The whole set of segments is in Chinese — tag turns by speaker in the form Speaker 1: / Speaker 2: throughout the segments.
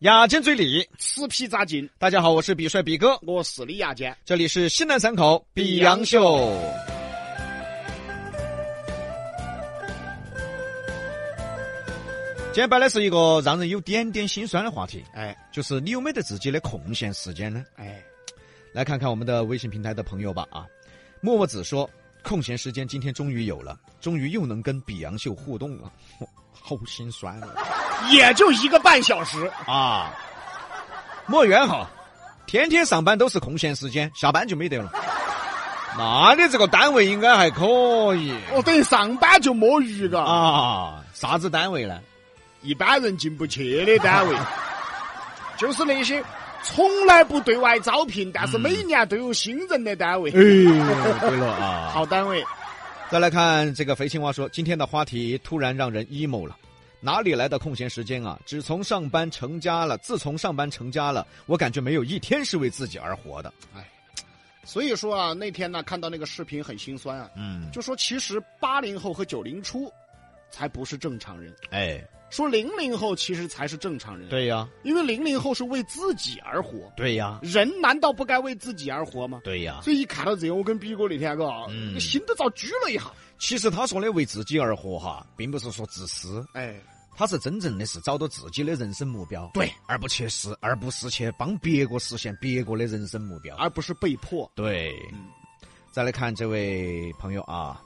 Speaker 1: 牙尖嘴利。
Speaker 2: 死皮扎筋。
Speaker 1: 大家好，我是比帅比哥，
Speaker 2: 我是李亚坚。
Speaker 1: 这里是西南三口比洋秀。
Speaker 2: 哦
Speaker 1: 今天摆的是一个让人有点点心酸的话题，
Speaker 2: 哎
Speaker 1: 就是你有没得自己的空闲时间呢？
Speaker 2: 哎，
Speaker 1: 来看看我们的微信平台的朋友吧啊！默默子说，空闲时间今天终于有了，终于又能跟比洋秀互动了， 好心酸啊！
Speaker 2: 也就一个半小时。
Speaker 1: 啊，莫冤哈，天天上班都是空闲时间，下班就没得了。那你这个单位应该还可以
Speaker 2: 我哦等于上班就摸鱼嘎。啊，
Speaker 1: 啊？啥子单位呢？
Speaker 2: 一般人进不去的单位，就是那些从来不对外招聘，但是每年都有新人的单位。
Speaker 1: 哎，对了啊。
Speaker 2: 好单位，
Speaker 1: 再来看这个肥青蛙说，今天的话题突然让人 emo 了。哪里来的空闲时间啊？只从上班成家了，自从上班成家了，我感觉没有一天是为自己而活的。
Speaker 2: 所以说啊，那天呢看到那个视频很心酸啊，
Speaker 1: 嗯，
Speaker 2: 就说其实八零后和九零初才不是正常人，
Speaker 1: 哎，
Speaker 2: 说零零后其实才是正常人。，
Speaker 1: 对呀、
Speaker 2: 因为零零后是为自己而活，
Speaker 1: 对呀、
Speaker 2: 人难道不该为自己而活吗？
Speaker 1: 对呀、
Speaker 2: 所以一看到这个，我跟比哥那天嘎，
Speaker 1: 嗯
Speaker 2: 心都遭狙了一下。
Speaker 1: 其实他说的为自己而活哈，并不是说自私，
Speaker 2: 哎，
Speaker 1: 他是真正的是找到自己的人生目标，
Speaker 2: 对，
Speaker 1: 而不去实，而不是去帮别个实现别个的人生目标。
Speaker 2: 而不是被迫。
Speaker 1: 对，再来看这位朋友啊，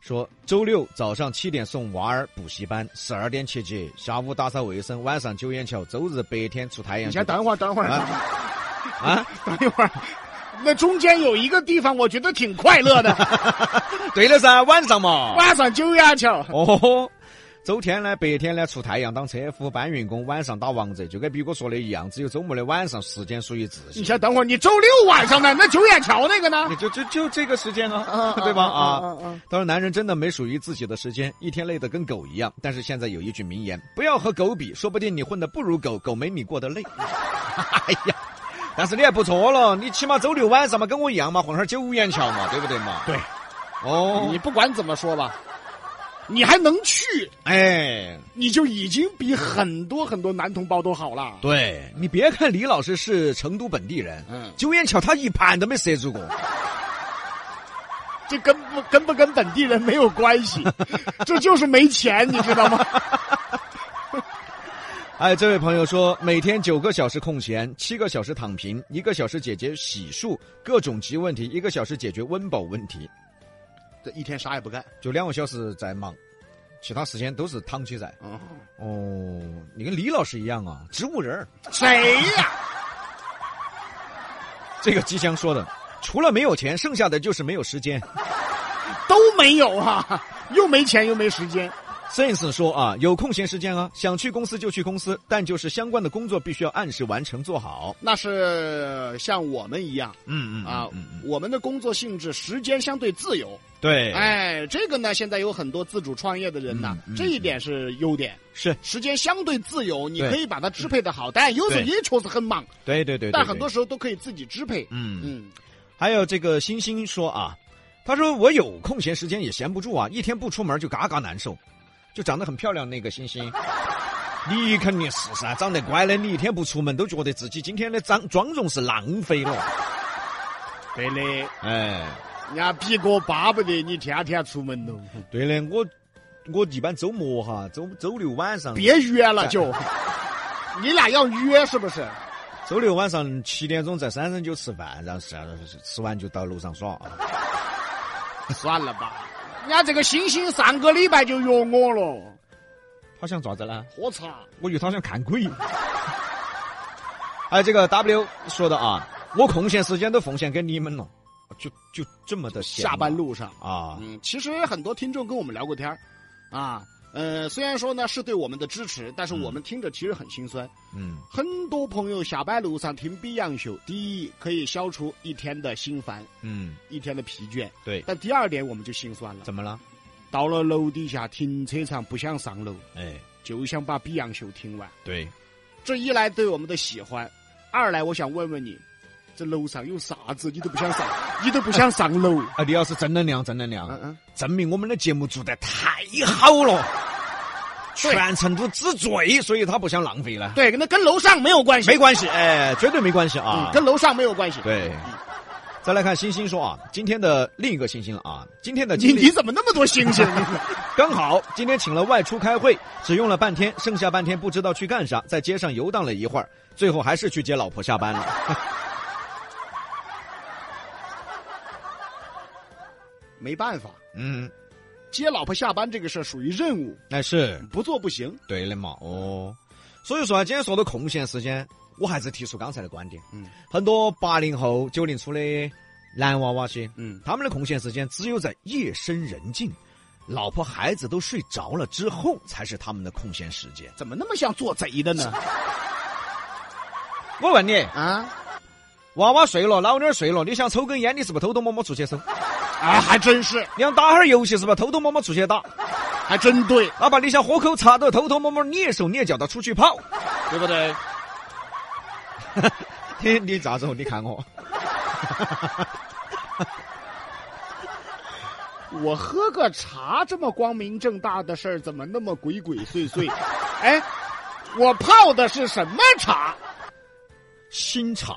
Speaker 1: 说周六早上七点送娃儿补习班，十二点去接，下午打扫卫生，晚上九眼桥，周日白天出太阳
Speaker 2: 你
Speaker 1: 穴
Speaker 2: 先等会儿，等会儿，
Speaker 1: 啊哎啊！
Speaker 2: 等一会儿。那中间有一个地方，我觉得挺快 乐的，
Speaker 1: 对了噻，晚上嘛。
Speaker 2: 晚上九眼桥。
Speaker 1: 哦，周天呢，白天呢出太阳当车夫、搬运工，晚上打王者，就跟比哥说的一样，只有周末的晚上时间属于自
Speaker 2: 你
Speaker 1: 己。
Speaker 2: 先等会儿，你周六晚上呢？那九眼桥那个呢？
Speaker 1: 就就就这个时间啊， 对吧？啊，
Speaker 2: 啊！
Speaker 1: 他说男人真的没属于自己的时间，一天累得跟狗一样。但是现在有一句名言，不要和狗比，说不定你混得不如狗，狗没你过得累。哎呀，但是你还不错了，你起码周六晚上嘛跟我一样嘛，混会儿九眼桥嘛，对不对嘛？
Speaker 2: 对，
Speaker 1: 哦
Speaker 2: 啊你，不管怎么说吧，你还能去，
Speaker 1: 哎，
Speaker 2: 你就已经比很多很多男同胞都好了。
Speaker 1: 对你别看李老师是成都本地人，
Speaker 2: 嗯，
Speaker 1: 九眼桥他一盘都没涉足过。
Speaker 2: 这跟不跟不跟本地人没有关 系，这就是没钱，你知道吗？
Speaker 1: 哎，这位朋友说，每天九个小时空闲，七个小时躺平，一个小时解决洗漱各种急问题，一个小时解决温饱问题，
Speaker 2: 这一天啥也不干。
Speaker 1: 就两个小时在忙，其他时间都是躺起在。
Speaker 2: 嗯，
Speaker 1: 哦，你跟李老师一样啊，植物人儿。
Speaker 2: 谁呀、
Speaker 1: 这个吉祥说的，除了没有钱，剩下的就是没有时间。
Speaker 2: 都没有啊，又没钱又没时间。
Speaker 1: Sense 说啊，有空闲时间啊，想去公司就去公司，但就是相关的工作必须要按时完成做好。
Speaker 2: 那是像我们一样
Speaker 1: 嗯嗯
Speaker 2: 啊，
Speaker 1: 嗯嗯嗯，
Speaker 2: 我们的工作性质时间相对自由。
Speaker 1: 对，
Speaker 2: 哎，这个呢，现在有很多自主创业的人呢，
Speaker 1: 嗯嗯
Speaker 2: 这一点是优点。
Speaker 1: 是
Speaker 2: 时间相对自由，你
Speaker 1: 对
Speaker 2: 可以把它支配的好，但有时候
Speaker 1: 对
Speaker 2: 也确实很忙，
Speaker 1: 对对对对
Speaker 2: 但
Speaker 1: 对
Speaker 2: 很多时候都可以自己支配。
Speaker 1: 嗯
Speaker 2: 嗯，
Speaker 1: 还有这个星星说啊，他说我有空闲时间也闲不住啊，一天不出门就嘎嘎难受，就长得很漂亮那个星 星。你肯定是噻，长得乖的，你一天不出门都觉得自己今天的妆妆容是浪费了。
Speaker 2: 对的，
Speaker 1: 哎，
Speaker 2: 人家比哥巴不得你天天出门喽，
Speaker 1: 对的，我我一般周末哈，周周六晚上，
Speaker 2: 别约了就。 你俩要约是不是？
Speaker 1: 周六晚上七点钟在三人就吃饭，然后吃吃完就到楼上耍啊。
Speaker 2: 算了吧，人家这个星星上个礼拜就约我了，
Speaker 1: 他想咋子呢？
Speaker 2: 喝茶。
Speaker 1: 我以为他想看鬼。 哎，这个 W 说的啊，我空闲时间都奉献给你们了，就就这么的闲吗
Speaker 2: 下班路上，
Speaker 1: 啊，
Speaker 2: 嗯，其实很多听众跟我们聊过天儿，啊，呃，虽然说呢是对我们的支持，但是我们听着其实很心酸。
Speaker 1: 嗯，
Speaker 2: 很多朋友下班路上听 Beyond 秀，第一可以消除一天的心烦，
Speaker 1: 嗯，
Speaker 2: 一天的疲倦，
Speaker 1: 对，
Speaker 2: 但第二点我们就心酸了。
Speaker 1: 怎么了？
Speaker 2: 到了楼底下停车场不想上楼，
Speaker 1: 哎，
Speaker 2: 就想把 Beyond 秀听完。
Speaker 1: 对，
Speaker 2: 这一来对我们的喜欢，二来我想问问你，这楼上有啥子你都不想上，你都不想上楼。嗯
Speaker 1: 啊，李老师正能量，正能量，
Speaker 2: 嗯嗯，
Speaker 1: 证明我们的节目做得太好了。全成都之最，所以他不想浪费了。
Speaker 2: 对，那跟楼上没有关系，
Speaker 1: 没关系，哎，绝对没关系啊
Speaker 2: 嗯，。跟楼上没有关系。
Speaker 1: 对。再来看星星说啊，今天的另一个星星了啊，今天的
Speaker 2: 你
Speaker 1: 经
Speaker 2: 你
Speaker 1: 历
Speaker 2: 怎么那么多星星？
Speaker 1: 刚好今天请了外出开会，只用了半天，剩下半天不知道去干啥，在街上游荡了一会儿，最后还是去接老婆下班了。
Speaker 2: 没办法，
Speaker 1: 嗯，
Speaker 2: 接老婆下班这个事儿属于任务，
Speaker 1: 那是
Speaker 2: 不做不行。
Speaker 1: 对的嘛，哦，所以说啊，今天说到空闲时间，我还是提出刚才的观点，
Speaker 2: 嗯
Speaker 1: 很多八零后、九零初的男娃娃些，
Speaker 2: 嗯，
Speaker 1: 他们的空闲时间只有在夜深人静，老婆孩子都睡着了之后，才是他们的空闲时间。
Speaker 2: 怎么那么像做贼的呢？
Speaker 1: 我问你，
Speaker 2: 啊
Speaker 1: 娃娃睡了，老妞儿睡了，你想抽根烟，你是不是偷偷摸摸出去抽？
Speaker 2: 啊，还真是，
Speaker 1: 你想打会儿游戏，是不是偷偷摸摸出去打？
Speaker 2: 还真对，
Speaker 1: 哪怕你想喝口茶，都偷偷摸摸蹑手蹑脚的出去跑。
Speaker 2: 对不对？
Speaker 1: 你你咋子？你看我，
Speaker 2: 我喝个茶，这么光明正大的事儿，怎么那么鬼鬼祟祟？哎，我泡的是什么茶？
Speaker 1: 新 茶。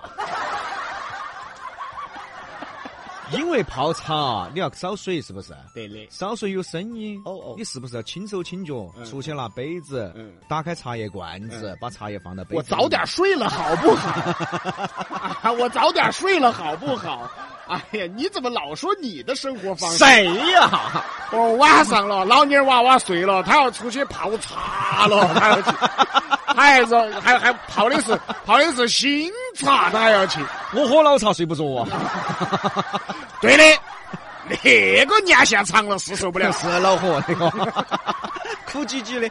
Speaker 1: 因为泡茶你要烧水，是不是？
Speaker 2: 对嘞，
Speaker 1: 烧水有声音，
Speaker 2: 哦哦
Speaker 1: 你是不是要轻手轻脚
Speaker 2: 嗯
Speaker 1: 出去拿杯子，
Speaker 2: 嗯
Speaker 1: 打开茶叶罐子，把茶叶放到杯子
Speaker 2: 我
Speaker 1: 里
Speaker 2: 早点睡了好不好？ 啊我早点睡了好不好？哎呀，你怎么老说你的生活方式？
Speaker 1: 谁呀、
Speaker 2: 哦，晚上了，老妞儿娃娃睡了，她要出去泡茶了，她要去，她还说还还泡的是泡的是新茶，她还要去。
Speaker 1: 我喝老茶睡不着 啊，
Speaker 2: 对的，那个年 啊限长了，是受不了。
Speaker 1: 是恼火那个，哭唧唧的。